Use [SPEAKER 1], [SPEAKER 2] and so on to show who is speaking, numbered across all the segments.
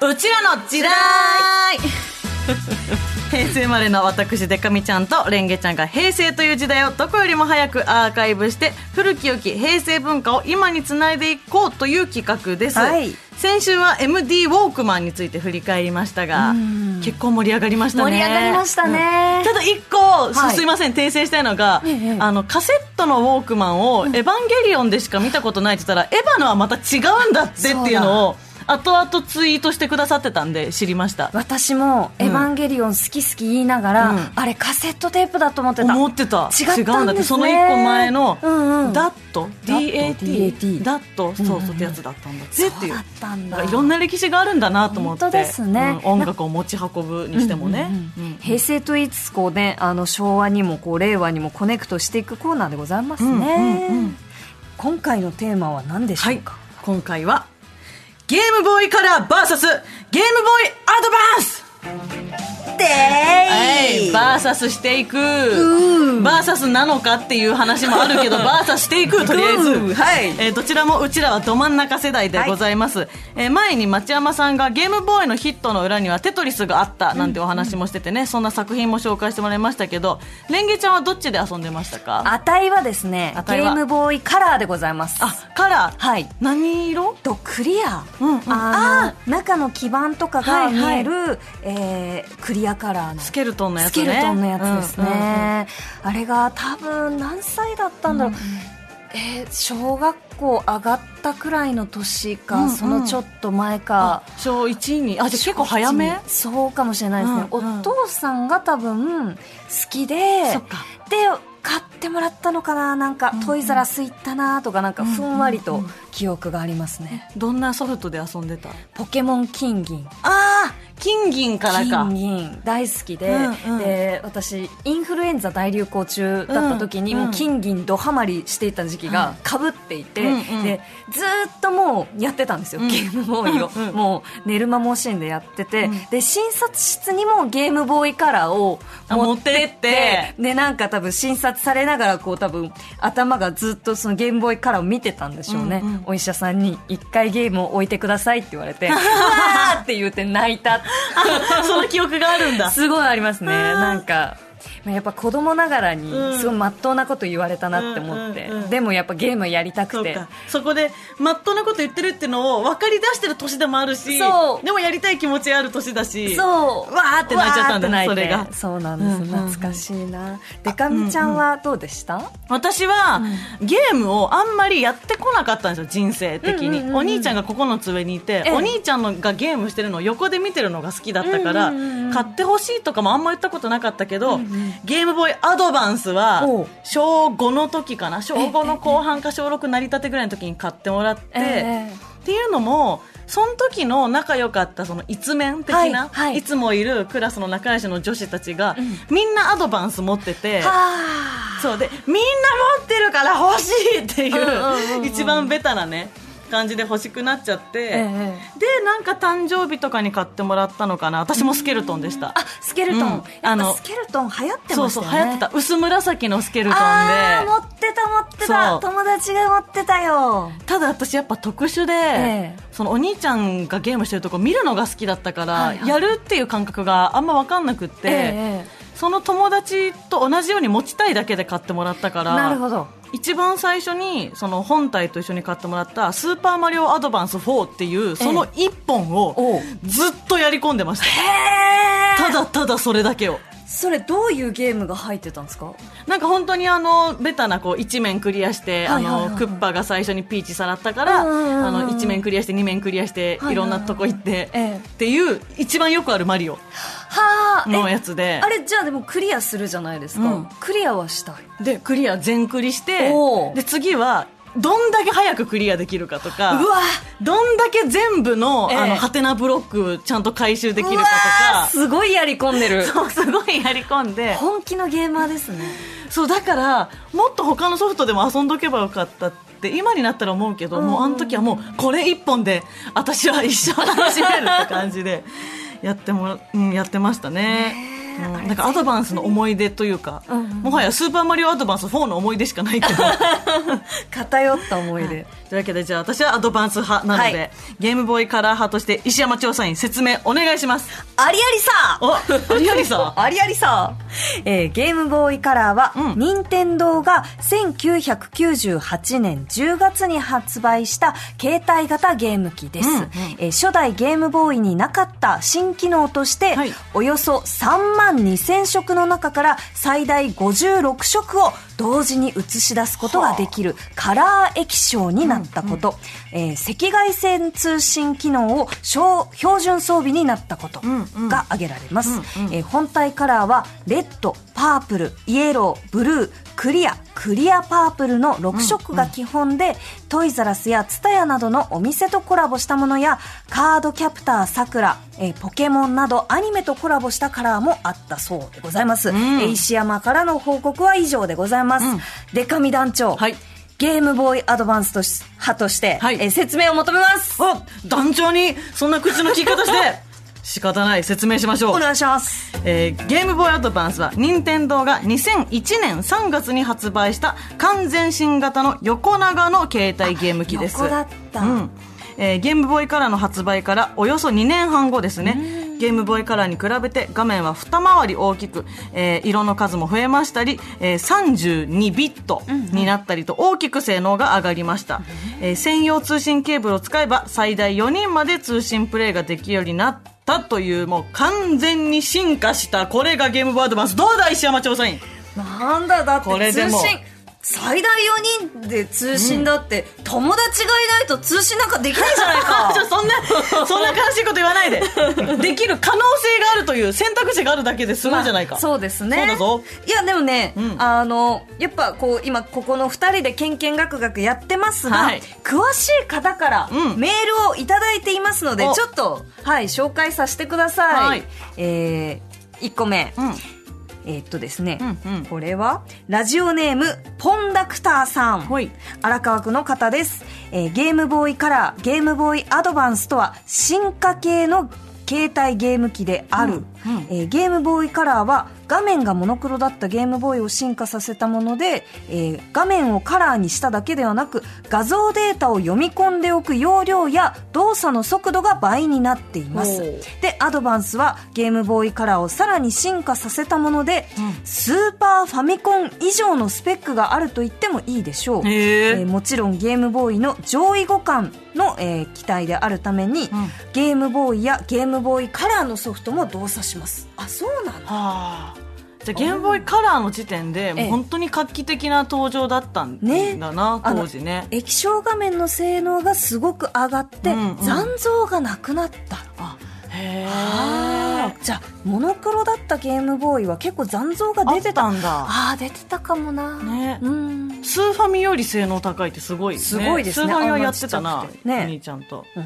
[SPEAKER 1] うちらの時代 平成生まれの私デカミちゃんとレンゲちゃんが平成という時代をどこよりも早くアーカイブして古き良き平成文化を今につないでいこうという企画です、
[SPEAKER 2] はい
[SPEAKER 1] 先週は MD ウォークマンについて振り返りましたが結構盛り上がりましたね
[SPEAKER 2] 盛り上がりましたね
[SPEAKER 1] うんただ一個、
[SPEAKER 2] はい
[SPEAKER 1] すいません訂正したいのが、
[SPEAKER 2] ええ
[SPEAKER 1] あのカセットのウォークマンを「エヴァンゲリオン」でしか見たことないって言ったら「エヴァのはまた違うんだって」っていうのを後々ツイートしてくださってたんで知りました
[SPEAKER 2] 私も「エヴァンゲリオン」好き好き言いながら、
[SPEAKER 1] うん
[SPEAKER 2] あれカセットテープだと思ってた
[SPEAKER 1] 思って
[SPEAKER 2] 違ったん
[SPEAKER 1] た
[SPEAKER 2] ですね
[SPEAKER 1] 違うんだってその一個前の
[SPEAKER 2] うんうん
[SPEAKER 1] ダット
[SPEAKER 2] ダット
[SPEAKER 1] DAT
[SPEAKER 2] DAT
[SPEAKER 1] ダットそうそうってやつだったんだってっていう
[SPEAKER 2] そうだったん
[SPEAKER 1] だ
[SPEAKER 2] だ
[SPEAKER 1] からいろんな歴史があるんだなと思って
[SPEAKER 2] 本当ですね
[SPEAKER 1] うん音楽を持ち運ぶにしてもね
[SPEAKER 2] うんうんうん
[SPEAKER 1] うん
[SPEAKER 2] 平成と言いつつこうねあの昭和にもこう令和にもコネクトしていくコーナーでございますね、
[SPEAKER 1] うんうんうん
[SPEAKER 2] 今回のテーマは何でし
[SPEAKER 1] は
[SPEAKER 2] ょう
[SPEAKER 1] い
[SPEAKER 2] か、
[SPEAKER 1] 今回はゲームボーイカラー VS ゲームボーイアドバンス
[SPEAKER 2] で
[SPEAKER 1] えいバーサスしていくバーサスなのかっていう話もある けどバーサスしていくとりあえ
[SPEAKER 2] う
[SPEAKER 1] ず
[SPEAKER 2] んはい
[SPEAKER 1] えーどちらもうちらはど真ん中世代でございます、えー前に町山さんがゲームボーイのヒットの裏にはテトリスがあったなんてお話もしててね、そんな作品も紹介してもらいましたけどレンゲちゃんはどっちで遊んでましたか
[SPEAKER 2] あたいはですね
[SPEAKER 1] あた
[SPEAKER 2] ゲ
[SPEAKER 1] いは
[SPEAKER 2] ームボーイカラーでございます
[SPEAKER 1] あカラー
[SPEAKER 2] はい
[SPEAKER 1] 何色
[SPEAKER 2] とクリア、
[SPEAKER 1] うんうん
[SPEAKER 2] あの中の基板とか
[SPEAKER 1] は
[SPEAKER 2] が
[SPEAKER 1] い
[SPEAKER 2] 見
[SPEAKER 1] はい
[SPEAKER 2] える、えークリアカラーの
[SPEAKER 1] スケルトンのや
[SPEAKER 2] ス
[SPEAKER 1] つね
[SPEAKER 2] ケルトンのやつですね、
[SPEAKER 1] うんうんうん
[SPEAKER 2] あれが多分何歳だったんだろう、えー小学校上がったくらいの年か、
[SPEAKER 1] うんうん
[SPEAKER 2] そのちょっと前か
[SPEAKER 1] 小1にあじゃあ結構早め
[SPEAKER 2] そうかもしれないですね、
[SPEAKER 1] うんうん
[SPEAKER 2] お父さんが多分好きで
[SPEAKER 1] そっか
[SPEAKER 2] で買ってもらったのかななんか、トイザらス行ったなとかなんかふんわりと記憶がありますね、
[SPEAKER 1] どんなソフトで遊んでた
[SPEAKER 2] ポケモン金銀
[SPEAKER 1] ああ金銀からか
[SPEAKER 2] 金銀大好きで、
[SPEAKER 1] うんうん
[SPEAKER 2] で私インフルエンザ大流行中だった時に、
[SPEAKER 1] うんうん
[SPEAKER 2] もう金銀ドハマりしていた時期がかぶっていて、
[SPEAKER 1] うんうん
[SPEAKER 2] でずーっともうやってたんですよ、
[SPEAKER 1] うん
[SPEAKER 2] ゲームボーイを、
[SPEAKER 1] うんうん
[SPEAKER 2] もう寝る間も惜しんでやってて、
[SPEAKER 1] うん
[SPEAKER 2] で診察室にもゲームボーイカラーを
[SPEAKER 1] あ
[SPEAKER 2] 持ってっ
[SPEAKER 1] 持って
[SPEAKER 2] て
[SPEAKER 1] って
[SPEAKER 2] でなんか多分診察されながらこう多分頭がずっとそのゲームボーイカラーを見てたんでしょうね、
[SPEAKER 1] うんうん
[SPEAKER 2] お医者さんに一回ゲームを置いてくださいって言わ れてわーって言って泣いたって
[SPEAKER 1] その記憶があるん だ
[SPEAKER 2] すごいありますねなんかまあやっぱ子供ながらに
[SPEAKER 1] うん
[SPEAKER 2] すごい真っ当なこと言われたなって思って、
[SPEAKER 1] うんうんうん
[SPEAKER 2] でもやっぱゲームやりた
[SPEAKER 1] そ
[SPEAKER 2] く
[SPEAKER 1] う
[SPEAKER 2] て
[SPEAKER 1] かそこでまっとうなこと言ってるってのを分かり出してる年でもあるし
[SPEAKER 2] そう
[SPEAKER 1] でもやりたい気持ちある年だし
[SPEAKER 2] そう
[SPEAKER 1] わーって泣いちゃったんだ
[SPEAKER 2] わー
[SPEAKER 1] そ
[SPEAKER 2] て
[SPEAKER 1] れ
[SPEAKER 2] 泣い
[SPEAKER 1] が
[SPEAKER 2] てそうなんです、
[SPEAKER 1] うんうんうん
[SPEAKER 2] 懐かしいなでかみちゃんはどうでした、
[SPEAKER 1] 私は、ゲームをあんまりやってこなかったんですよ人生的に、
[SPEAKER 2] うんうんうんうん
[SPEAKER 1] お兄ちゃんが9つ上にい
[SPEAKER 2] え
[SPEAKER 1] て、
[SPEAKER 2] え
[SPEAKER 1] お兄ちゃんのがゲームしてるのを横で見てるのが好きだったから、
[SPEAKER 2] うんうんうんうん
[SPEAKER 1] 買ってほしいとかもあんま言ったことなかったけど、
[SPEAKER 2] うんうん
[SPEAKER 1] ゲームボーイアドバンスは
[SPEAKER 2] おう
[SPEAKER 1] 小5の時かな小5の後半か小6なりたてぐらいの時に買ってもらって、
[SPEAKER 2] え
[SPEAKER 1] っていうのもその時の仲良かったその一面的な、
[SPEAKER 2] はいはい
[SPEAKER 1] いつもいるクラスの仲良しの女子たちが、
[SPEAKER 2] うん
[SPEAKER 1] みんなアドバンス持ってて。
[SPEAKER 2] えは
[SPEAKER 1] そうでみんな持ってるから欲しいっていう,、
[SPEAKER 2] うんうんうんうん
[SPEAKER 1] 一番ベタなね感じで欲しくなっちゃって、
[SPEAKER 2] ええ
[SPEAKER 1] でなんか誕生日とかに買ってもらったのかな私もスケルトンでした
[SPEAKER 2] あ、スケルトン、
[SPEAKER 1] うん
[SPEAKER 2] やっぱ
[SPEAKER 1] あの
[SPEAKER 2] スケルトン流行って
[SPEAKER 1] そ
[SPEAKER 2] ま
[SPEAKER 1] う
[SPEAKER 2] した
[SPEAKER 1] そ
[SPEAKER 2] よ
[SPEAKER 1] う
[SPEAKER 2] ね
[SPEAKER 1] 流行ってた薄紫のスケルトンで
[SPEAKER 2] あー持ってた持って
[SPEAKER 1] そ
[SPEAKER 2] た
[SPEAKER 1] う
[SPEAKER 2] 友達が持ってたよ
[SPEAKER 1] ただ私やっぱ特殊で、
[SPEAKER 2] ええ
[SPEAKER 1] そのお兄ちゃんがゲームしてるとこ見るのが好きだったから、
[SPEAKER 2] はいはい
[SPEAKER 1] やるっていう感覚があんま分かんなくって、
[SPEAKER 2] ええ
[SPEAKER 1] その友達と同じように持ちたいだけで買ってもらったから
[SPEAKER 2] なるほど
[SPEAKER 1] 一番最初にその本体と一緒に買ってもらった「スーパーマリオアドバンス4」っていうその1本
[SPEAKER 2] お
[SPEAKER 1] を
[SPEAKER 2] う
[SPEAKER 1] ずっとやり込んでました、
[SPEAKER 2] へえ
[SPEAKER 1] ただただそれだけを
[SPEAKER 2] それどういうゲームが入ってたんですか
[SPEAKER 1] なんか本当にあのベタなこう1面クリアして、
[SPEAKER 2] はいはいはいはい
[SPEAKER 1] あのクッパが最初にピーチさらったから、
[SPEAKER 2] うんうんうん
[SPEAKER 1] あの1面クリアして2面クリアし
[SPEAKER 2] はい
[SPEAKER 1] て、
[SPEAKER 2] はいはい
[SPEAKER 1] いろんなとこ行って、
[SPEAKER 2] ええ
[SPEAKER 1] っていう一番よくあるマリオ
[SPEAKER 2] はあ
[SPEAKER 1] のやつで
[SPEAKER 2] あれじゃあでもクリアするじゃないですか、
[SPEAKER 1] うん
[SPEAKER 2] クリアはしたい
[SPEAKER 1] でクリア全クリして
[SPEAKER 2] おう
[SPEAKER 1] で次はどんだけ早くクリアできるかとか
[SPEAKER 2] うわ
[SPEAKER 1] どんだけ全部の、
[SPEAKER 2] ええ
[SPEAKER 1] あの、ハテナブロックちゃんと回収できるか
[SPEAKER 2] うわすごいやり込んでる
[SPEAKER 1] とか、そう、すごいやり込んで、
[SPEAKER 2] 本気のゲーマーですね
[SPEAKER 1] そう、だから、もっと他のソフトでも遊んどけばよかったって、今になったら思うけど、もうあの時はもう、これ一本で、私は一生楽しめるって感じで、やっても、うん、やってましたね。
[SPEAKER 2] あれ
[SPEAKER 1] なんかアドバンスの思い出というか、
[SPEAKER 2] うんうん
[SPEAKER 1] もはやスーパーマリオアドバンス4の思い出しかないけど。
[SPEAKER 2] 偏った思い出、
[SPEAKER 1] というわけで、じゃあ私はアドバンス派なので、
[SPEAKER 2] はい
[SPEAKER 1] ゲームボーイカラー派として石山調査員説明お願いします。
[SPEAKER 2] ありありさ
[SPEAKER 1] お、ありありさ。
[SPEAKER 2] ありありさ、えーゲームボーイカラーは、
[SPEAKER 1] うん
[SPEAKER 2] 任天堂が1998年10月に発売した携帯型ゲーム機です、
[SPEAKER 1] うんうん
[SPEAKER 2] えー初代ゲームボーイになかった新機能として、
[SPEAKER 1] はい
[SPEAKER 2] およそ3万2000色の中から最大56色を同時に映し出すことができるカラー液晶になったこと、えー赤外線通信機能を小標準装備になったこと
[SPEAKER 1] んうん
[SPEAKER 2] が挙げられます、
[SPEAKER 1] うんうん
[SPEAKER 2] えー本体カラーはレッドパープルイエローブルークリアクリアパープルの6色が基本で、トイザラスやツタヤなどのお店とコラボしたものやカードキャプターさくら、えーポケモンなどアニメとコラボしたカラーもあったそうでございます、
[SPEAKER 1] ん
[SPEAKER 2] えー石山からの報告は以上でございます、
[SPEAKER 1] うん
[SPEAKER 2] デカミ団長、
[SPEAKER 1] はい
[SPEAKER 2] ゲームボーイアドバンスとし派として、
[SPEAKER 1] はい
[SPEAKER 2] えー説明を求めます
[SPEAKER 1] あ、団長にそんな口の利き方して、仕方ない説明しましょう。
[SPEAKER 2] お願いします
[SPEAKER 1] えーゲームボーイアドバンスは任天堂が2001年3月に発売した完全新型の横長の携帯ゲーム機です
[SPEAKER 2] 横だった
[SPEAKER 1] うんえーゲームボーイカラーの発売からおよそ2年半後ですねゲームボーイカラーに比べて画面は二回り大きく、えー色の数も増えましたり、えー32ビットになったりと大きく性能が上がりました、えー専用通信ケーブルを使えば最大4人まで通信プレイができるようになっただというもう完全に進化したこれがゲームボーイアドバンスどうだ石山調査員
[SPEAKER 2] なんだだって
[SPEAKER 1] これで
[SPEAKER 2] 通
[SPEAKER 1] も
[SPEAKER 2] 信最大4人で通信だって、友達がいないと通信なんかできないじゃない
[SPEAKER 1] あ ちょ
[SPEAKER 2] か
[SPEAKER 1] そんなそんな悲しいこと言わない でできる可能性があるという選択肢があるだけですごいじゃないか、
[SPEAKER 2] まあそうですね
[SPEAKER 1] そうだぞ
[SPEAKER 2] いやでもね、
[SPEAKER 1] ん
[SPEAKER 2] あのやっぱこう今ここの2人でけんけんがくがくやってますが、
[SPEAKER 1] はい
[SPEAKER 2] 詳しい方から
[SPEAKER 1] うん
[SPEAKER 2] メールをいただいていますので、
[SPEAKER 1] お
[SPEAKER 2] ちょっと、はい、紹介させてください、
[SPEAKER 1] はい
[SPEAKER 2] え1個目、
[SPEAKER 1] うん
[SPEAKER 2] えーっとですね、
[SPEAKER 1] うんうん
[SPEAKER 2] これはラジオネームポンダクターさん、
[SPEAKER 1] ほい
[SPEAKER 2] 荒川区の方です、えーゲームボーイカラーゲームボーイアドバンスとは進化系の携帯ゲーム機である、
[SPEAKER 1] うんうん
[SPEAKER 2] えーゲームボーイカラーは画面がモノクロだったゲームボーイを進化させたもので、えー画面をカラーにしただけではなく画像データを読み込んでおく容量や動作の速度が倍になっていま
[SPEAKER 1] お
[SPEAKER 2] す
[SPEAKER 1] ー
[SPEAKER 2] でアドバンスはゲームボーイカラーをさらに進化させたもので、スーパーファミコン以上のスペックがあると言ってもいいでしょう、
[SPEAKER 1] へえ
[SPEAKER 2] えーもちろんゲームボーイの上位互換の、えー機体であるために、ゲームボーイやゲームボーイカラーのソフトも動作しますあそうなんだ
[SPEAKER 1] はあじゃあゲームボーイカラーの時点でもう本当に画期的な登場だったん
[SPEAKER 2] ね
[SPEAKER 1] だな、
[SPEAKER 2] あの
[SPEAKER 1] 当時ね
[SPEAKER 2] 液晶画面の性能がすごく上がって、
[SPEAKER 1] うんうん
[SPEAKER 2] 残像がなくなった
[SPEAKER 1] あへ
[SPEAKER 2] あーじゃあモノクロだったゲームボーイは結構残像が
[SPEAKER 1] え
[SPEAKER 2] 出
[SPEAKER 1] 出て
[SPEAKER 2] てた
[SPEAKER 1] たんだ
[SPEAKER 2] ああー出てたかもな、
[SPEAKER 1] ね
[SPEAKER 2] うん
[SPEAKER 1] スーファミより性能高いってすごいね
[SPEAKER 2] すごいですね
[SPEAKER 1] スーファミはやってた
[SPEAKER 2] あん
[SPEAKER 1] な
[SPEAKER 2] なちっちゃくてね
[SPEAKER 1] お兄ちゃんと、
[SPEAKER 2] うん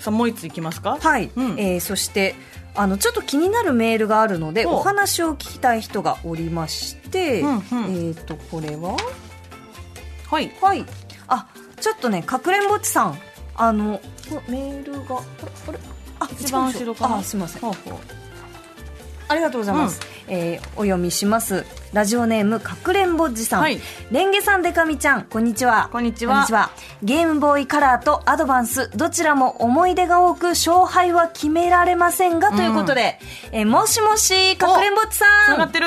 [SPEAKER 1] さあもう一ついきますか
[SPEAKER 2] はい、
[SPEAKER 1] うん
[SPEAKER 2] えーそしてあのちょっと気になるメールがあるので
[SPEAKER 1] お
[SPEAKER 2] お話を聞きたい人がおりまして、
[SPEAKER 1] うんうん
[SPEAKER 2] えっ、とこれは
[SPEAKER 1] はい
[SPEAKER 2] はいあちょっとねかくれんぼっちさんあのおメールがあれあれあ
[SPEAKER 1] 一番後ろかな
[SPEAKER 2] あすいません
[SPEAKER 1] ほうほう
[SPEAKER 2] ありがとうございます、えーお読みしますラジオネームかくれんぼっちさん、
[SPEAKER 1] はい
[SPEAKER 2] レンゲさんでかみちゃんこんにちは
[SPEAKER 1] こんにちは
[SPEAKER 2] ゲームボーイカラーとアドバンスどちらも思い出が多く勝敗は決められませんが、ということで、えーもしもしかくれんぼっち
[SPEAKER 1] つ
[SPEAKER 2] さ
[SPEAKER 1] ながっ
[SPEAKER 2] ん
[SPEAKER 1] てる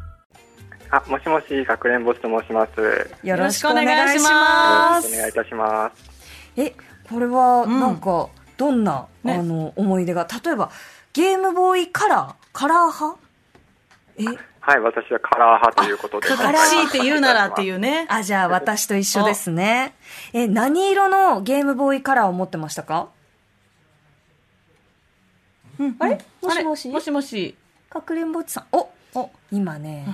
[SPEAKER 3] あ、もしもし、かくれんぼしと申します。よろし
[SPEAKER 2] よろしくお
[SPEAKER 1] よろしくお願
[SPEAKER 2] 願
[SPEAKER 1] い
[SPEAKER 2] い
[SPEAKER 1] し
[SPEAKER 2] し
[SPEAKER 1] ま
[SPEAKER 2] ま
[SPEAKER 3] くお
[SPEAKER 2] す
[SPEAKER 3] 願いいたします。
[SPEAKER 2] えこれは
[SPEAKER 1] ん
[SPEAKER 2] なんか、どんな、
[SPEAKER 1] ね
[SPEAKER 2] あの思い出が例えばゲームボーイカラーカラー派え
[SPEAKER 3] はい、私はカラー派ということで。
[SPEAKER 1] か
[SPEAKER 2] カ
[SPEAKER 1] っ
[SPEAKER 2] ラー
[SPEAKER 1] ちいって言うならっていうね
[SPEAKER 2] あ、じゃあ私と一緒ですね。え、何色のゲームボーイカラーを持ってましたかあれもしも
[SPEAKER 1] あ
[SPEAKER 2] し
[SPEAKER 1] れもしもし
[SPEAKER 2] かくれんぼっちさんお
[SPEAKER 1] お
[SPEAKER 2] 今ね、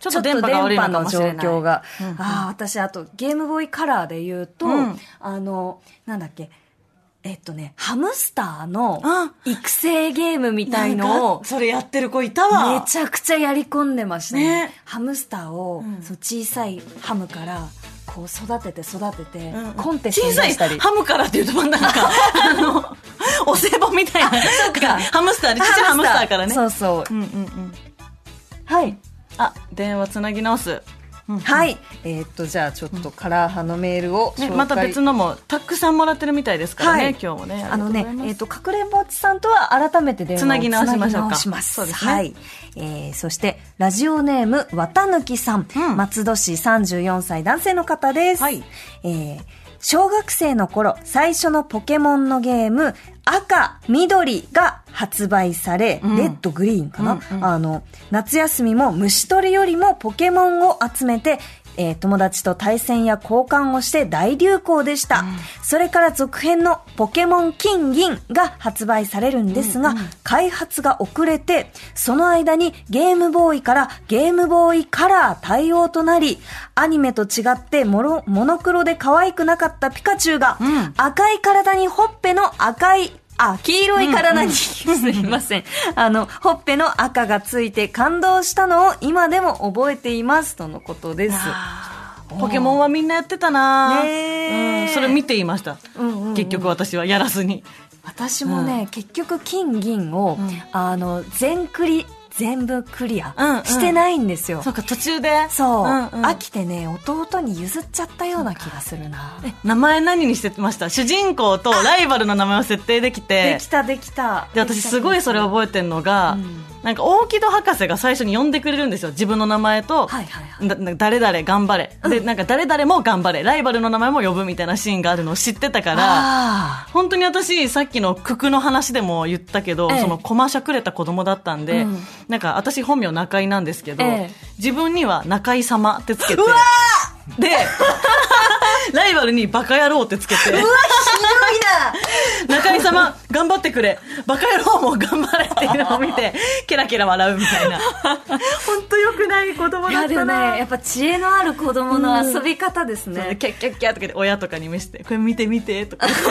[SPEAKER 1] ちょっと電波が悪いのかもしれな
[SPEAKER 2] ちょっ
[SPEAKER 1] い
[SPEAKER 2] と電波の状況が。
[SPEAKER 1] うんうん
[SPEAKER 2] ああ、私、あと、ゲームボーイカラーで言うと、
[SPEAKER 1] うん
[SPEAKER 2] あの、なんだっけ、えっとね、ハムスターの
[SPEAKER 1] あ
[SPEAKER 2] 育成ゲームみたいのを、
[SPEAKER 1] それやってる子いたわ
[SPEAKER 2] めちゃくちゃやり込んでましたね。
[SPEAKER 1] ね
[SPEAKER 2] ハムスターを、
[SPEAKER 1] うん
[SPEAKER 2] そう小さいハムから、こう育てて育てて、
[SPEAKER 1] うん
[SPEAKER 2] コンテストに出し
[SPEAKER 1] 小
[SPEAKER 2] た
[SPEAKER 1] さ
[SPEAKER 2] り。
[SPEAKER 1] いハムからっていうとなんかあのお歳暮みたいなそう
[SPEAKER 2] か
[SPEAKER 1] ハムスターでちっちゃいハムスターからね
[SPEAKER 2] そうそう。
[SPEAKER 1] うんうんうん
[SPEAKER 2] はい。
[SPEAKER 1] あ電話つなぎ直す、うん
[SPEAKER 2] はい。えーっと、じゃあ、ちょっとカラー派のメールを紹介、
[SPEAKER 1] ね、また別のもたくさんもらってるみたいですからね、
[SPEAKER 2] はい
[SPEAKER 1] 今日もね
[SPEAKER 2] あのね、えっ、と、
[SPEAKER 1] と
[SPEAKER 2] かくれんぼっちさんとは改めて電話を
[SPEAKER 1] つなぎ直しましょうか
[SPEAKER 2] つなぎ直します
[SPEAKER 1] そうですね
[SPEAKER 2] はい。えー、そして、ラジオネーム、わたぬきさん,、
[SPEAKER 1] うん
[SPEAKER 2] 松戸市34歳男性の方です。
[SPEAKER 1] はい
[SPEAKER 2] えー小学生の頃、最初のポケモンのゲーム、赤、緑が発売され、
[SPEAKER 1] うん
[SPEAKER 2] レッド、グリーンかな、
[SPEAKER 1] うんうん
[SPEAKER 2] あの、夏休みも虫取りよりもポケモンを集めて、えー友達と対戦や交換をして大流行でした、それから続編の「ポケモン金銀」が発売されるんですが、開発が遅れてその間にゲームボーイからゲームボーイカラー対応となりアニメと違ってモロモノクロで可愛くなかったピカチュウが、
[SPEAKER 1] ん
[SPEAKER 2] 赤い体にほっぺの赤いあ、黄色い体に、すいません。あの、ほっぺの赤がついて感動したのを今でも覚えています、とのことです。
[SPEAKER 1] ポケモンはみんなやってたな、
[SPEAKER 2] ねえ
[SPEAKER 1] うん、それ見ていました、
[SPEAKER 2] うんうんうん
[SPEAKER 1] 結局私はやらずに
[SPEAKER 2] 私もね、結局金銀を、
[SPEAKER 1] ん
[SPEAKER 2] あの、全クリ、全部クリ
[SPEAKER 1] うんうん
[SPEAKER 2] アしてないんですよ。
[SPEAKER 1] そうか途中で
[SPEAKER 2] そう、
[SPEAKER 1] んん
[SPEAKER 2] 飽きてね、弟に譲っちゃったような気がするな。
[SPEAKER 1] 名前何にしてました主人公とライバルの名前を設定できて
[SPEAKER 2] できた、できた。
[SPEAKER 1] で私すごいそれ
[SPEAKER 2] を。
[SPEAKER 1] 覚えてるのが、
[SPEAKER 2] うん
[SPEAKER 1] なんか大木戸博士が最初に呼んでくれるんですよ自分の名前と、
[SPEAKER 2] はいはいはい。
[SPEAKER 1] だなんか誰々頑張れ、でなんか誰々も頑張れライバルの名前も呼ぶみたいなシーンがあるのを知ってたから
[SPEAKER 2] ああ。
[SPEAKER 1] 本当に私さっきの九九の話でも言ったけど、
[SPEAKER 2] ええ
[SPEAKER 1] そのコマしゃくれた子供だったんで、
[SPEAKER 2] うん
[SPEAKER 1] なんか私本名中井なんですけど、
[SPEAKER 2] ええ
[SPEAKER 1] 自分には中井様ってつけてで ライバルにバカ野郎ってつけて中井様頑張ってくれバカ野郎も頑張れっていうのを見 てケラケラ笑うみたいな本当よくない子供
[SPEAKER 2] いやでもね、やっぱ知恵のある子供の遊び方ですね。
[SPEAKER 1] ね、キャッキャッキャッとか言って親とかに見せてこれ見て見てとか言って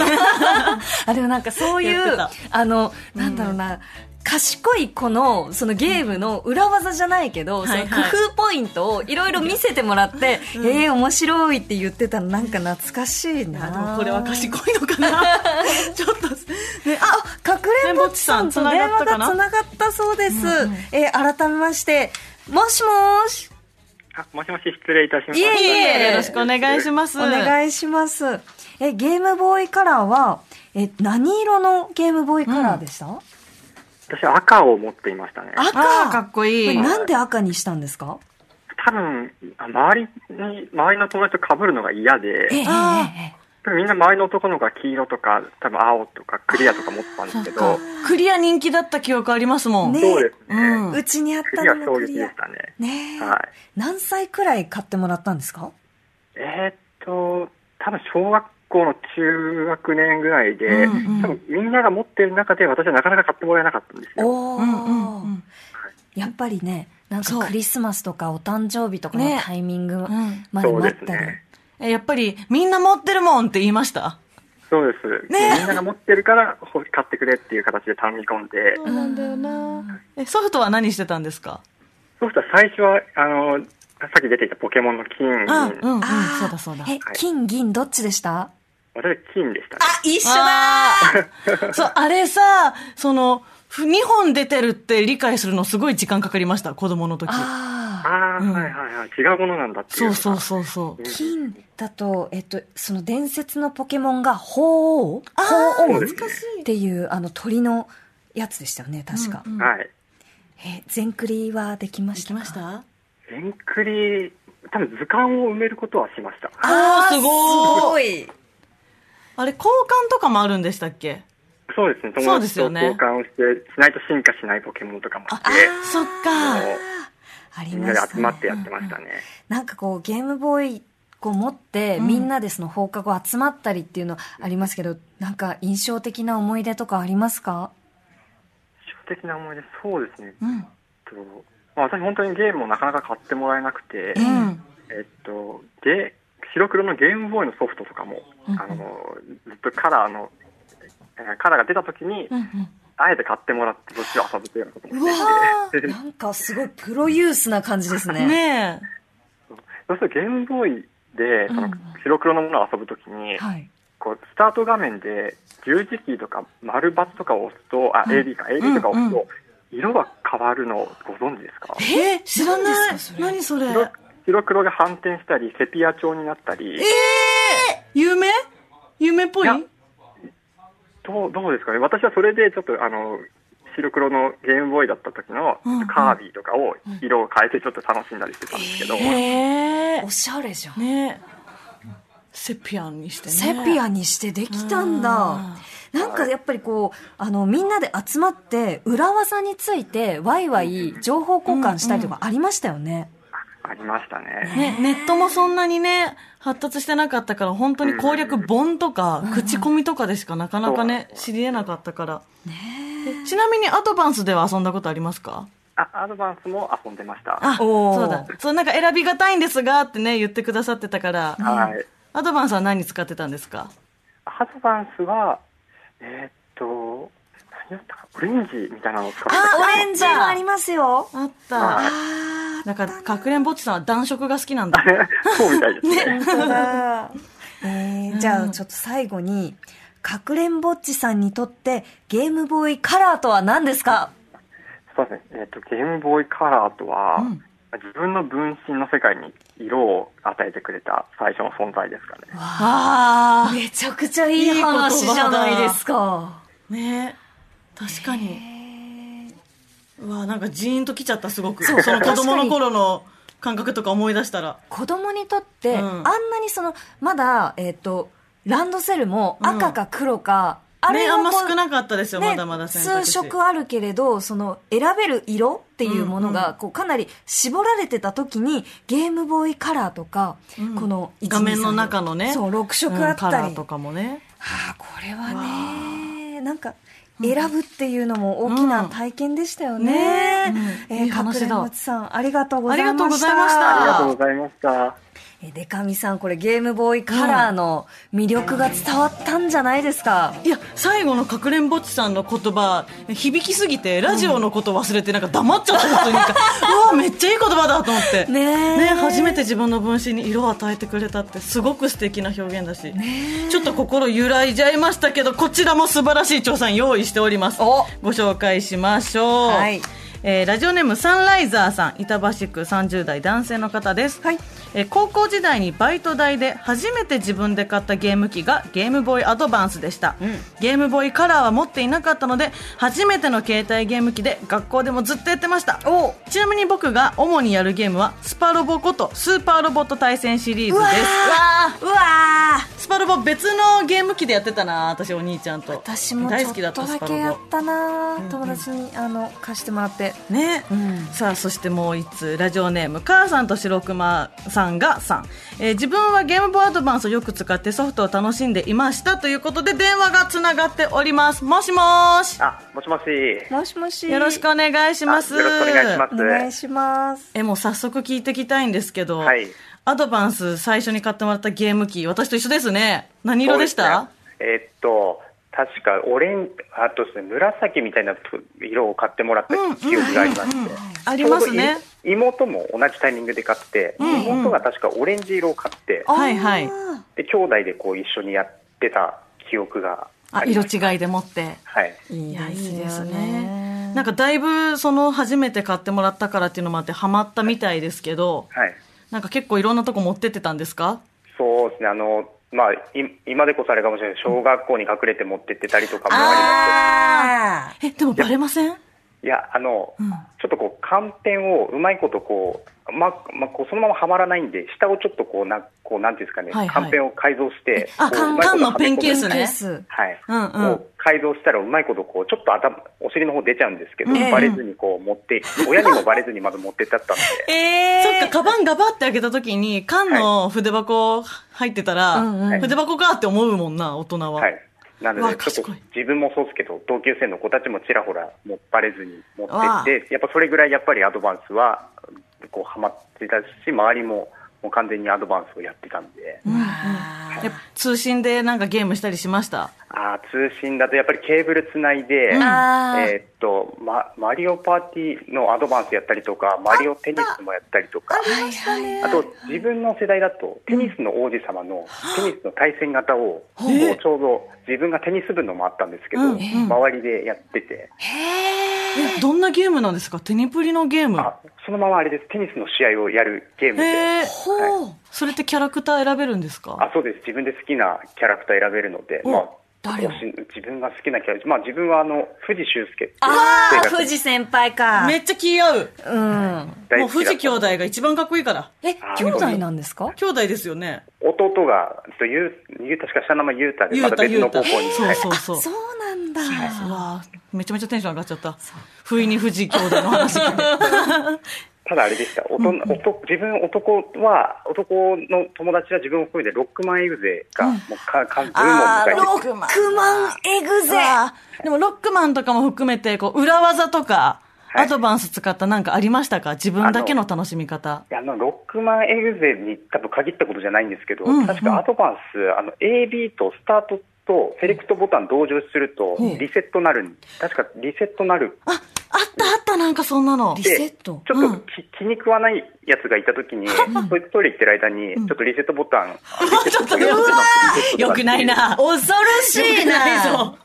[SPEAKER 2] あでもなんかそうい
[SPEAKER 1] やって
[SPEAKER 2] う
[SPEAKER 1] た
[SPEAKER 2] あのなんだろうな、賢い子のそのゲームの裏技じゃないけど、
[SPEAKER 1] ん
[SPEAKER 2] その
[SPEAKER 1] はい
[SPEAKER 2] 工
[SPEAKER 1] はい
[SPEAKER 2] 夫ポイントをいろいろ見せてもらって、ええー、面白いって言ってたのなんか懐かしいな
[SPEAKER 1] あでもこれは賢いのか なちょっとねあ
[SPEAKER 2] あかくれんぼっちさんと電話がつながったそうです、えー改めましてもしもーし
[SPEAKER 3] あ、もしもし、失礼いたしまし
[SPEAKER 2] い
[SPEAKER 3] た。
[SPEAKER 2] えいえ
[SPEAKER 1] よろしくお願いします
[SPEAKER 2] お願いしますえゲームボーイカラーはえ何色のゲームボーイカラーでした、
[SPEAKER 3] 私、赤を持っていましたね。
[SPEAKER 1] あ
[SPEAKER 2] 赤
[SPEAKER 1] ーかっこい
[SPEAKER 2] これ
[SPEAKER 1] い
[SPEAKER 2] なんで赤にしたんですか
[SPEAKER 3] 多分、あ周りに、周りの友達と被るのが嫌で、
[SPEAKER 2] ええ
[SPEAKER 1] あ
[SPEAKER 2] ええ
[SPEAKER 3] 多分みんな周りの男の子が黄色とか、多分青とかクリアとか持ってたんですけど、
[SPEAKER 1] クリア人気だった記憶ありますもん、
[SPEAKER 2] ね
[SPEAKER 3] そうですね。
[SPEAKER 1] うん
[SPEAKER 2] うちにあっ
[SPEAKER 3] ク
[SPEAKER 2] た
[SPEAKER 3] リア
[SPEAKER 2] のも
[SPEAKER 3] 衝
[SPEAKER 2] ク
[SPEAKER 3] 撃
[SPEAKER 2] リ
[SPEAKER 3] で
[SPEAKER 2] ア
[SPEAKER 3] し。たね。
[SPEAKER 2] ねえ、
[SPEAKER 3] はい
[SPEAKER 2] 何歳くらい買ってもらったんですか
[SPEAKER 3] えーっと、多分小学校の中学年ぐらいで、
[SPEAKER 1] うんうん
[SPEAKER 3] 多分みんなが持ってる中で私はなかなか買ってもらえなかったんですよ。
[SPEAKER 2] おお、
[SPEAKER 1] うんうんうん
[SPEAKER 2] やっぱりね、なんか
[SPEAKER 1] そう
[SPEAKER 2] クリスマスとかお誕生日とかの
[SPEAKER 1] ね
[SPEAKER 2] タイミング
[SPEAKER 1] ん
[SPEAKER 2] まで
[SPEAKER 3] そうで
[SPEAKER 2] 待っ
[SPEAKER 3] す
[SPEAKER 2] たり。
[SPEAKER 3] ね。
[SPEAKER 1] えやっぱりみんな持ってるもんって言いました
[SPEAKER 3] そうです。みんなが持ってるからほ買ってくれっていう形で頼み込んで、
[SPEAKER 1] そうなんだよなえソフトは何してたんですか
[SPEAKER 3] そうしたら最初は、あの、さっき出てきたポケモンの金、
[SPEAKER 1] あうんうん
[SPEAKER 2] あー
[SPEAKER 1] そうだそうだ
[SPEAKER 2] え、金、銀、どっちでした
[SPEAKER 3] 私は金でしたね。
[SPEAKER 2] あ、一緒
[SPEAKER 1] だそう、あれさ、その、2本出てるって理解するのすごい時間かかりました、子供の時。
[SPEAKER 2] ああ。
[SPEAKER 3] ああ、
[SPEAKER 1] うん
[SPEAKER 3] はいはいはい。違うものなんだっていう
[SPEAKER 1] そ
[SPEAKER 3] の
[SPEAKER 1] う
[SPEAKER 3] が。
[SPEAKER 1] そうそうそう。
[SPEAKER 2] 金だと、えっと、その伝説のポケモンが、鳳凰鳳凰っていう、あの鳥のやつでしたよね、確か。
[SPEAKER 1] うん
[SPEAKER 3] はい。
[SPEAKER 2] え、全クリはできました
[SPEAKER 1] き
[SPEAKER 2] か
[SPEAKER 1] ました
[SPEAKER 3] 全クリ、多分図鑑を埋めることはしました。
[SPEAKER 1] あーすご
[SPEAKER 2] い
[SPEAKER 1] あれ、交換とかもあるんでしたっけ
[SPEAKER 3] そうですね。
[SPEAKER 1] そう
[SPEAKER 3] 友
[SPEAKER 1] で
[SPEAKER 3] 達
[SPEAKER 1] す
[SPEAKER 3] と
[SPEAKER 1] よ
[SPEAKER 3] 交
[SPEAKER 1] ね
[SPEAKER 3] 換をして、しないと進化しないポケモンとかもあって、
[SPEAKER 1] そっか。
[SPEAKER 3] もう
[SPEAKER 2] あり
[SPEAKER 3] みん
[SPEAKER 2] ま
[SPEAKER 3] なで
[SPEAKER 2] した、ね、
[SPEAKER 3] 集まってやってましたね。
[SPEAKER 2] なんかこうゲームボーイを持って、みんなでその放課後集まったりっていうのありますけどなんか印象的な思い出とかありますか
[SPEAKER 3] 的な思い出、そうですね。えっとまあ、私、本当にゲームをなかなか買ってもらえなくて、
[SPEAKER 2] うん
[SPEAKER 3] えっと、ゲ白黒のゲームボーイのソフトとかも、あのずっとカラーの、えーカラーが出た時に、あえて買ってもらって、そっちを遊ぶというようなこともしていて、
[SPEAKER 2] なんかすごいプロユースな感じですね。
[SPEAKER 1] ね
[SPEAKER 3] そうするとゲームボーイで、その白黒のものを遊ぶときに、
[SPEAKER 2] はい。
[SPEAKER 3] こうスタート画面で十字キーとか丸バツとかを押すと、あ、AB か、AB とかを押すと、色が変わるのをご存知ですか
[SPEAKER 1] え。え知らな
[SPEAKER 2] 何
[SPEAKER 1] い
[SPEAKER 2] ですかそれ
[SPEAKER 1] 何それ
[SPEAKER 3] 白白黒が反転したり、セピア調になったり、
[SPEAKER 1] 夢夢っぽい
[SPEAKER 3] いやどうどうですかね、私はそれでちょっとあの白黒のゲームボーイだった時の
[SPEAKER 1] うんうん
[SPEAKER 3] カービィとかを色を変えてちょっと楽しんだりしてたんですけど、
[SPEAKER 1] へえ
[SPEAKER 2] おしゃれじゃん。
[SPEAKER 1] ねセピアにしてね
[SPEAKER 2] セピアにしてできたんだ。なんかやっぱりこう、あの、みんなで集まって、裏技について、ワイワイ情報交換したりとかありましたよね。
[SPEAKER 3] ありましたね。
[SPEAKER 1] ね、ネットもそんなにね、発達してなかったから、本当に攻略本とか、口コミとかでしかなかなかね、知り得なかったから。えちなみにアドバンスでは遊んだことありますか
[SPEAKER 3] あアドバンスも遊んでました。
[SPEAKER 1] あ、
[SPEAKER 2] おー
[SPEAKER 1] そうだ。そう、なんか選びがたいんですがってね、言ってくださってたから、
[SPEAKER 3] はい。
[SPEAKER 1] アドバンスは何に使ってたんですか
[SPEAKER 3] アドバンスは、えーっと、何だったか、オレンジみたいなのを使ってた
[SPEAKER 1] あ
[SPEAKER 2] オレンジもありますよ。
[SPEAKER 1] あっ
[SPEAKER 3] は
[SPEAKER 1] た。なんか、かくれんぼっちさんは暖色が好きなんだ。
[SPEAKER 3] い そうみたいですね。
[SPEAKER 2] えーじゃあちょっと最後に、かくれんぼっちさんにとって、ゲームボーイカラーとは何ですか
[SPEAKER 3] そうですね。えーっと、ゲームボーイカラーとは、自分の分身の世界に色を与えてくれた最初の存在ですかね。
[SPEAKER 1] あ
[SPEAKER 2] めちゃくちゃいい話じゃないですか。
[SPEAKER 1] あ。ね確かに。うわなんかジーンときちゃった、すごく。そ
[SPEAKER 2] そう
[SPEAKER 1] の子供
[SPEAKER 2] 確か
[SPEAKER 1] の
[SPEAKER 2] に
[SPEAKER 1] 頃の感覚とか思い出したら。
[SPEAKER 2] 子供にとって、
[SPEAKER 1] うん
[SPEAKER 2] あんなにその、まだ、えっ、と、ランドセルも赤か黒か、あ
[SPEAKER 1] ね、
[SPEAKER 2] れを
[SPEAKER 1] あん
[SPEAKER 2] こう
[SPEAKER 1] ま少なかったですよ、
[SPEAKER 2] ね
[SPEAKER 1] まだまだ選択肢
[SPEAKER 2] 数色あるけれど、その選べる色っていうもの
[SPEAKER 1] うん
[SPEAKER 2] が、こうかなり絞られてた時に、ゲームボーイカラーとか、
[SPEAKER 1] ん
[SPEAKER 2] この1
[SPEAKER 1] 画面の中のね
[SPEAKER 2] そう、6色あっ
[SPEAKER 1] うんカ
[SPEAKER 2] た
[SPEAKER 1] ラ
[SPEAKER 2] り。
[SPEAKER 1] ーとかもね
[SPEAKER 2] はあ、これはね、なんか、選ぶっていうのも大きな体験でしたよね。
[SPEAKER 1] うん
[SPEAKER 2] えー、
[SPEAKER 1] いい
[SPEAKER 2] かく
[SPEAKER 1] 話
[SPEAKER 2] れ
[SPEAKER 1] だ
[SPEAKER 2] んぼちさん、ありがとうございました。
[SPEAKER 1] ありがとうございました
[SPEAKER 3] ありがとうございました。
[SPEAKER 2] えーデカミさん、これゲームボーイカラーの魅力が伝わったんじゃないですか。
[SPEAKER 1] いや最後のかくれんぼっちさんの言葉響きすぎてラジオのこと忘れてなんか黙っちゃったことにうわめっちゃいい言葉だと思って
[SPEAKER 2] ねえ
[SPEAKER 1] 初めて自分の分身に色を与えてくれたってすごく素敵な表現だし、ちょっと心揺らいじゃいましたけどこちらも素晴らしい調査員用意しております
[SPEAKER 2] お
[SPEAKER 1] ご紹介しましょう、
[SPEAKER 2] はい
[SPEAKER 1] えーラジオネームサンライザーさん板橋区30代男性の方です、
[SPEAKER 2] はい
[SPEAKER 1] えー高校時代にバイト代で初めて自分で買ったゲーム機がゲームボーイアドバンスでした、ゲームボーイカラーは持っていなかったので初めての携帯ゲーム機で学校でもずっとやってましたちなみに僕が主にやるゲームはスパロボことスーパーロボット対戦シリーズです
[SPEAKER 2] うわー
[SPEAKER 1] スパロボ別のゲーム機でやってたな私お兄ちゃんと
[SPEAKER 2] 私も
[SPEAKER 1] 大
[SPEAKER 2] ちょ
[SPEAKER 1] 好
[SPEAKER 2] っ
[SPEAKER 1] き
[SPEAKER 2] と
[SPEAKER 1] だったス
[SPEAKER 2] だ
[SPEAKER 1] パ
[SPEAKER 2] け
[SPEAKER 1] ロ
[SPEAKER 2] やっ
[SPEAKER 1] ボ
[SPEAKER 2] たな友達にあの貸してもらって
[SPEAKER 1] ね、
[SPEAKER 2] ん
[SPEAKER 1] さあそしてもう一通ラジオネーム母さんと白熊さんがさん、えー自分はゲームボーイアドバンスをよく使ってソフトを楽しんでいましたということで電話がつながっておりますもしもーし
[SPEAKER 3] あ、もしもし。
[SPEAKER 2] もしもし
[SPEAKER 1] よろしくお願いします
[SPEAKER 3] あよろしくお願いします
[SPEAKER 2] お願いします
[SPEAKER 1] えもう早速聞いていきたいんですけど、
[SPEAKER 3] はい
[SPEAKER 1] アドバンス最初に買ってもらったゲーム機私と一緒ですね何色でし
[SPEAKER 4] そう
[SPEAKER 1] た
[SPEAKER 4] すねえーっと確かオレンあとですね紫みたいな色を買ってもらった記憶がありまして、
[SPEAKER 1] ありますね
[SPEAKER 4] ちょうどい妹も同じタイミングで買って、妹が確かオレンジ色を買って
[SPEAKER 1] はいはい
[SPEAKER 4] で兄弟でこう一緒にやってた記憶が
[SPEAKER 1] あ
[SPEAKER 4] あり
[SPEAKER 1] 色
[SPEAKER 4] ます
[SPEAKER 1] 違いで持って
[SPEAKER 4] はい
[SPEAKER 2] い
[SPEAKER 1] いやいい
[SPEAKER 2] よ
[SPEAKER 1] ですねなんかだいぶその初めて買ってもらったからっていうのもあってハマったみたいですけど
[SPEAKER 4] はい
[SPEAKER 1] なんか結構いろんなとこ持ってってたんですか
[SPEAKER 4] そうですねあのまあい今でこそあれかもしれない小学校に隠れて持ってってたりとかもありまして
[SPEAKER 2] あ
[SPEAKER 1] えでもバレません
[SPEAKER 4] いや、あの、ちょっとこう、寒天をうまいことこう、ま、ま、こうそのままはまらないんで、下をちょっとこう、な、こう、なんていうんですかね、
[SPEAKER 1] はいはい
[SPEAKER 4] 寒天を改造して、
[SPEAKER 1] あ
[SPEAKER 4] こう
[SPEAKER 1] 缶
[SPEAKER 4] うまいこと
[SPEAKER 1] 缶のペンケー
[SPEAKER 2] ー
[SPEAKER 1] ス
[SPEAKER 4] は
[SPEAKER 1] ね
[SPEAKER 4] め込
[SPEAKER 2] ケー
[SPEAKER 4] んで
[SPEAKER 2] ス
[SPEAKER 4] はい。
[SPEAKER 1] うんうん
[SPEAKER 4] こう改造したらうまいことこう、ちょっと頭、お尻の方出ちゃうんですけど、
[SPEAKER 2] ええ
[SPEAKER 4] バレずにこう持って、親にもバレずにまず持ってったったので、
[SPEAKER 2] え
[SPEAKER 1] そっか、カバンガバって開けた時に、缶の筆箱入ってたら、
[SPEAKER 2] うんうん
[SPEAKER 1] 筆箱かって思うもんな、大人は。
[SPEAKER 4] はい。なの
[SPEAKER 1] わあ
[SPEAKER 4] で、ちょっ
[SPEAKER 1] 賢
[SPEAKER 4] と
[SPEAKER 1] い
[SPEAKER 4] 自分もそうですけど、同級生の子たちもちらほら、もうバレずに持ってって、やっぱそれぐらいやっぱりアドバンスは、こう、ハマってたし、周りも、もう完全にアドバンスをやってたんで、
[SPEAKER 1] やっぱ通信でなんかゲームしたりしました。
[SPEAKER 4] あー通信だとやっぱりケーブルつないで、
[SPEAKER 2] あー
[SPEAKER 4] えーっと、ま、マリオパーティーのアドバンスやったりとか、マリオテニスもやったりとか、あと自分の世代だとテニスの王子様のテニスの対戦型を、こうちょうど自分がテニス部のもあったんですけど、
[SPEAKER 1] うん
[SPEAKER 4] 周りでやってて、
[SPEAKER 1] え、どんなゲームなんですかテニプリのゲーム。
[SPEAKER 4] あそのままあれです、テニスの試合をやるゲームで、
[SPEAKER 1] えー、ほう。それってキャラクター選べるんですか
[SPEAKER 4] あそうです自分で好きなキャラクター選べるので、
[SPEAKER 1] お
[SPEAKER 4] まあ、
[SPEAKER 1] 誰を
[SPEAKER 4] もし自分が好きなキャラ、まあ、自分はあの藤修介って
[SPEAKER 2] あ
[SPEAKER 4] 声
[SPEAKER 2] あ、
[SPEAKER 4] が
[SPEAKER 2] 富士先輩か。
[SPEAKER 1] めっちゃ気合う。
[SPEAKER 2] うん。
[SPEAKER 4] 大
[SPEAKER 1] もう
[SPEAKER 4] 好
[SPEAKER 1] 藤
[SPEAKER 4] きだった
[SPEAKER 1] 兄弟が一番かっこいいから。
[SPEAKER 2] え、
[SPEAKER 4] あー
[SPEAKER 2] 兄弟なんですか
[SPEAKER 1] 兄弟ですよね。
[SPEAKER 4] 弟が、えっとゆうゆう確か下の名前ゆうたで、
[SPEAKER 1] ゆ
[SPEAKER 4] ま
[SPEAKER 1] う
[SPEAKER 4] た
[SPEAKER 1] た、
[SPEAKER 4] 別
[SPEAKER 1] ゆ
[SPEAKER 4] の
[SPEAKER 1] う
[SPEAKER 4] 高
[SPEAKER 1] た。
[SPEAKER 4] 校に。
[SPEAKER 1] そうそうそう。
[SPEAKER 2] そうなんだ。
[SPEAKER 1] うわーめちゃめちゃテンション上がっちゃった。不意に藤井兄弟の話聞いて
[SPEAKER 4] ただあれでした、おと男自分男は、男の友達は自分を含めてロックマンエグゼが、もうかかブームを迎えて
[SPEAKER 1] ロ
[SPEAKER 4] て、
[SPEAKER 1] ックマン。
[SPEAKER 2] クマンエグゼ。
[SPEAKER 1] でもロックマンとかも含めて、こう、裏技とか、
[SPEAKER 4] はい
[SPEAKER 1] アドバンス使ったなんかありましたか自分だけの楽しみ方。
[SPEAKER 4] あのロックマンエグゼに多分限ったことじゃないんですけど、
[SPEAKER 1] うんうん
[SPEAKER 4] 確かアドバンス、あの AB とスタートとセレクトボタン同乗すると
[SPEAKER 1] うん
[SPEAKER 4] リセットなるん、確かリセットなる
[SPEAKER 1] あ、あったあった、なんかそんなの
[SPEAKER 2] リ。
[SPEAKER 4] で
[SPEAKER 2] セット。
[SPEAKER 4] ちょっとき、気に食わないやつがいたときに、そいつトイレ行ってる間に、ちょっとリセットボタン、リセットボタンを押す
[SPEAKER 1] よくないな。
[SPEAKER 2] 恐ろしい
[SPEAKER 1] ない
[SPEAKER 2] な。
[SPEAKER 1] ぞ。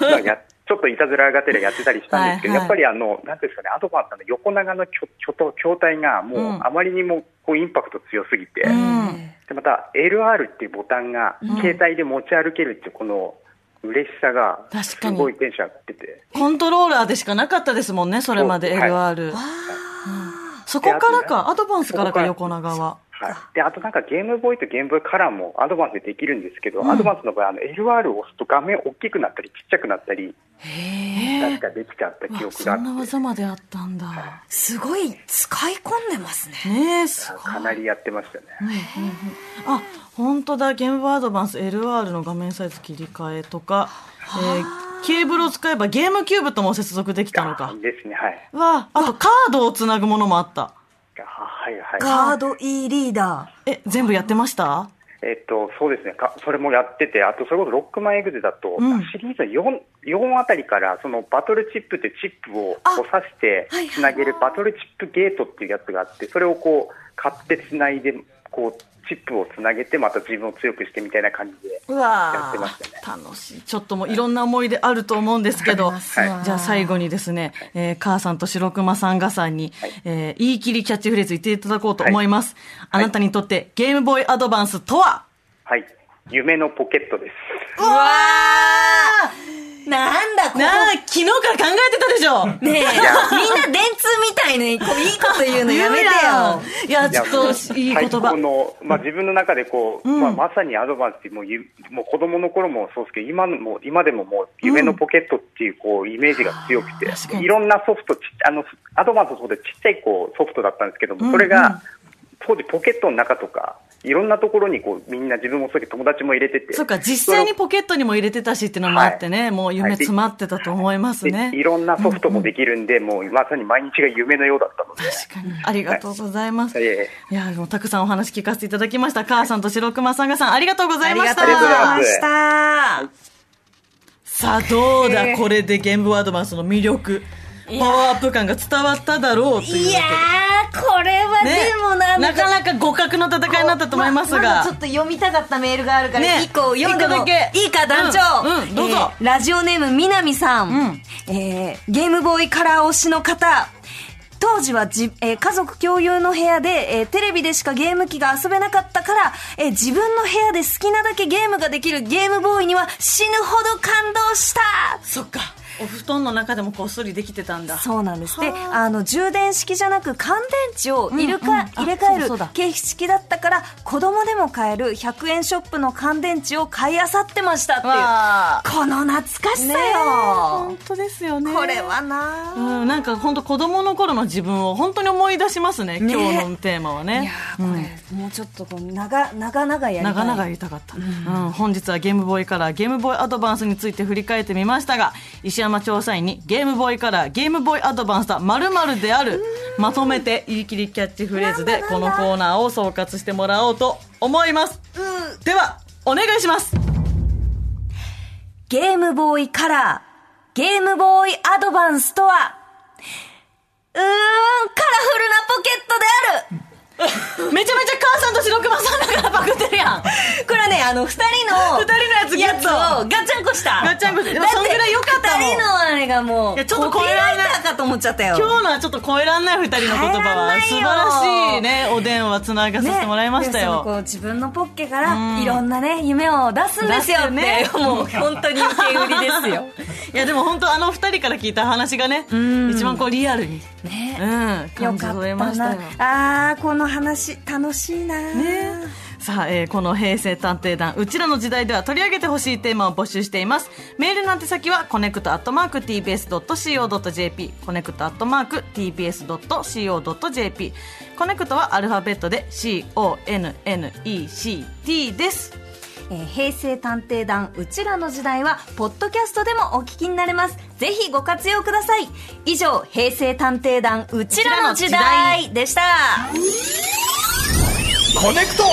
[SPEAKER 4] まあやちょっといたずらがてらやってたりしたんですけど、
[SPEAKER 1] はいはい
[SPEAKER 4] やっぱりあの、なんていうんですかね、アドバンスの横長の巨巨頭筐体が、もう、
[SPEAKER 1] うん
[SPEAKER 4] あまりにもこうインパクト強すぎて、
[SPEAKER 1] うん。
[SPEAKER 4] でまた LR っていうボタンが、携帯で持ち歩けるっていう、この嬉しさが、
[SPEAKER 1] 確
[SPEAKER 4] す
[SPEAKER 1] かに
[SPEAKER 4] ごいテンション上がってて、
[SPEAKER 1] コントローラーでしかなかったですもんね、それまで
[SPEAKER 4] そうはい
[SPEAKER 1] LR。そこからか、アドバンスからか、横長は。
[SPEAKER 4] はい、であとなんかゲームボーイとゲームボーイカラーもアドバンスでできるんですけど、アドバンスの場合、あの LR を押すと画面大きくなったり、ちっちゃくなったり、確かできちゃった記
[SPEAKER 1] うわ
[SPEAKER 4] 憶が
[SPEAKER 1] そん
[SPEAKER 4] あ
[SPEAKER 1] な
[SPEAKER 4] って、
[SPEAKER 1] 技まであったんだ。
[SPEAKER 2] すごい使い込んでますね。
[SPEAKER 1] ねえ、すごい。
[SPEAKER 4] かなりやってましたね。
[SPEAKER 1] あ本当だゲームボーイアドバンス LR の画面サイズ切り替えとか、えーケーブルを使えばゲームキューブとも接続できたのか
[SPEAKER 4] ですね、はい。
[SPEAKER 1] わああとカードをつなぐものもあった
[SPEAKER 4] あはいはい。
[SPEAKER 2] カード E リーダ
[SPEAKER 1] え全部やってました
[SPEAKER 4] えっと、そうですねか、それもやってて、あと、それこそロックマンエグゼだと、
[SPEAKER 1] うん
[SPEAKER 4] シリーズ4、4あたりから、そのバトルチップってチップを
[SPEAKER 2] あ
[SPEAKER 4] こう刺して
[SPEAKER 2] はいはい、
[SPEAKER 4] つなげるバトルチップゲートっていうやつがあって、それをこう、買ってつないで、こう、チップをつなげて、また自分を強くしてみたいな感じで、
[SPEAKER 2] ー。うわ
[SPEAKER 4] やってましたね。
[SPEAKER 1] 楽しいちょっともういろんな思い出あると思うんですけど、
[SPEAKER 2] はい
[SPEAKER 1] じゃあ最後にですね、えー母さんと白熊さんがさんに、えー言い切りキャッチフレーズ言っていただこうと思います、あなたにとってゲームボーイアドバンスとは
[SPEAKER 4] はい。夢のポケットです。
[SPEAKER 2] うわーなんだこ
[SPEAKER 1] なあ昨日から考えてたでしょ
[SPEAKER 2] ねえ、みんな電通みたいに、こういいこと言うのやめてよ。
[SPEAKER 1] いや、 ちょっ
[SPEAKER 4] もう
[SPEAKER 1] と、いい言
[SPEAKER 4] 最高
[SPEAKER 1] 葉。
[SPEAKER 4] の、まあ、自分の中でこう、まあ、まさにアドバンスってもうゆもう子供の頃もそうですけど今のも今でももう夢のポケットっていうこうイメージが強くて、
[SPEAKER 1] 確かに
[SPEAKER 4] いろんなソフトちあのアドバンスもそうでちっちゃいこうソフトだったんですけどもそれが当時ポケットの中とかいろんなところにこうみんな自分もそうだけど友達も入れてて
[SPEAKER 1] そうか、実際にポケットにも入れてたしっていうのもあってね、もう夢詰まってたと思いますね
[SPEAKER 4] で。いろんなソフトもできるんで、もうまさに毎日が夢のようだったので。
[SPEAKER 1] 確かに。ありがとうございます。
[SPEAKER 4] はいいえいえ
[SPEAKER 1] いや、もうたくさんお話聞かせていただきました。母さんと白熊さんがさん、ありがとうございました。
[SPEAKER 4] ありがとうございます
[SPEAKER 2] した。
[SPEAKER 1] さあ、どうだ、これでゲームワードマンスの魅力。パワーアップ感が伝わっただろうという
[SPEAKER 2] いやー、これは
[SPEAKER 1] ね
[SPEAKER 2] でもなん
[SPEAKER 1] な
[SPEAKER 2] だ
[SPEAKER 1] かなか互角の戦いになったと思います
[SPEAKER 2] まだ
[SPEAKER 1] が
[SPEAKER 2] ちょっ。と読みたかったメールがあるから、
[SPEAKER 1] ね
[SPEAKER 2] 一個読んで
[SPEAKER 1] 一
[SPEAKER 2] も
[SPEAKER 1] 個だけ
[SPEAKER 2] いいか団長、
[SPEAKER 1] うんうんどうぞ
[SPEAKER 2] えーラジオネームみなみさん、
[SPEAKER 1] うん
[SPEAKER 2] えーゲームボーイカラー推しの方当時はじ、えー家族共有の部屋で、えーテレビでしかゲーム機が遊べなかったから、えー自分の部屋で好きなだけゲームができるゲームボーイには死ぬほど感動した
[SPEAKER 1] そっか。お布団の中でもこっそりできてたんだ
[SPEAKER 2] そうなんですであの充電式じゃなく乾電池を入れ,、か入れ替える形式だったから子供でも買える100円ショップの乾電池を買いあさってましたっていうこの懐かしさよ、
[SPEAKER 1] 本当ですよね
[SPEAKER 2] これはな、
[SPEAKER 1] うん、なんか本当子供の頃の自分を本当に思い出しますね
[SPEAKER 2] ね
[SPEAKER 1] 今日のテーマはね
[SPEAKER 2] いやーこれ、もうちょっとこう長長々やりたい
[SPEAKER 1] 長々言いたかった、うん本日はゲームボーイカラーゲームボーイアドバンスについて振り返ってみましたが石山調査員にゲームボーイカラーゲームボーイアドバンスだ〇〇であるまとめて言い切りキャッチフレーズでこのコーナーを総括してもらおうと思います、ではお願いします
[SPEAKER 2] ゲームボーイカラー、ゲームボーイアドバンスとは、うーん、カラフルなポケットである
[SPEAKER 1] めちゃめちゃ母さんと白熊さんだからパクってるやん
[SPEAKER 2] これはね、あの、二人の、
[SPEAKER 1] 二人のやつゲット
[SPEAKER 2] をガチャンコした。
[SPEAKER 1] ガッチャンコしたでも
[SPEAKER 2] だて
[SPEAKER 1] そんぐらい良かったもん
[SPEAKER 2] 二人のあれがも
[SPEAKER 1] いや
[SPEAKER 2] う、
[SPEAKER 1] ちょっと
[SPEAKER 2] コピ
[SPEAKER 1] こ
[SPEAKER 2] ー
[SPEAKER 1] れ
[SPEAKER 2] ラ
[SPEAKER 1] は
[SPEAKER 2] イ
[SPEAKER 1] ね
[SPEAKER 2] ターかと思っちゃったよ。
[SPEAKER 1] 今日のはちょっと超えらんない二人の言葉は素
[SPEAKER 2] 変えらんない
[SPEAKER 1] 晴
[SPEAKER 2] よ
[SPEAKER 1] らしいねおでんはつながさせてもらいました
[SPEAKER 2] ねでも
[SPEAKER 1] よ
[SPEAKER 2] そのこう自分のポッケからいろんなね、夢を出すんですよって、
[SPEAKER 1] 出すよね
[SPEAKER 2] もう本当に受け売りですよ。
[SPEAKER 1] いやでも本当あの二人から聞いた話がね、一番こうリアルに、うん、
[SPEAKER 2] ね、よ
[SPEAKER 1] 感じ
[SPEAKER 2] か
[SPEAKER 1] 取
[SPEAKER 2] っ
[SPEAKER 1] れましたよ。
[SPEAKER 2] たな。あー、この話、楽しいな。ね
[SPEAKER 1] さあ、えーこの平成探偵団、うちらの時代では取り上げてほしいテーマを募集しています。メールなんて先は、コネクトアットマーク tbs.co.jp、コネクトアットマーク tbs.co.jp、コネクトはアルファベットで connect です。
[SPEAKER 2] えー平成探偵団うちらの時代はポッドキャストでもお聞きになれますぜひご活用ください以上平成探偵団うちらの時代でした
[SPEAKER 5] コネクト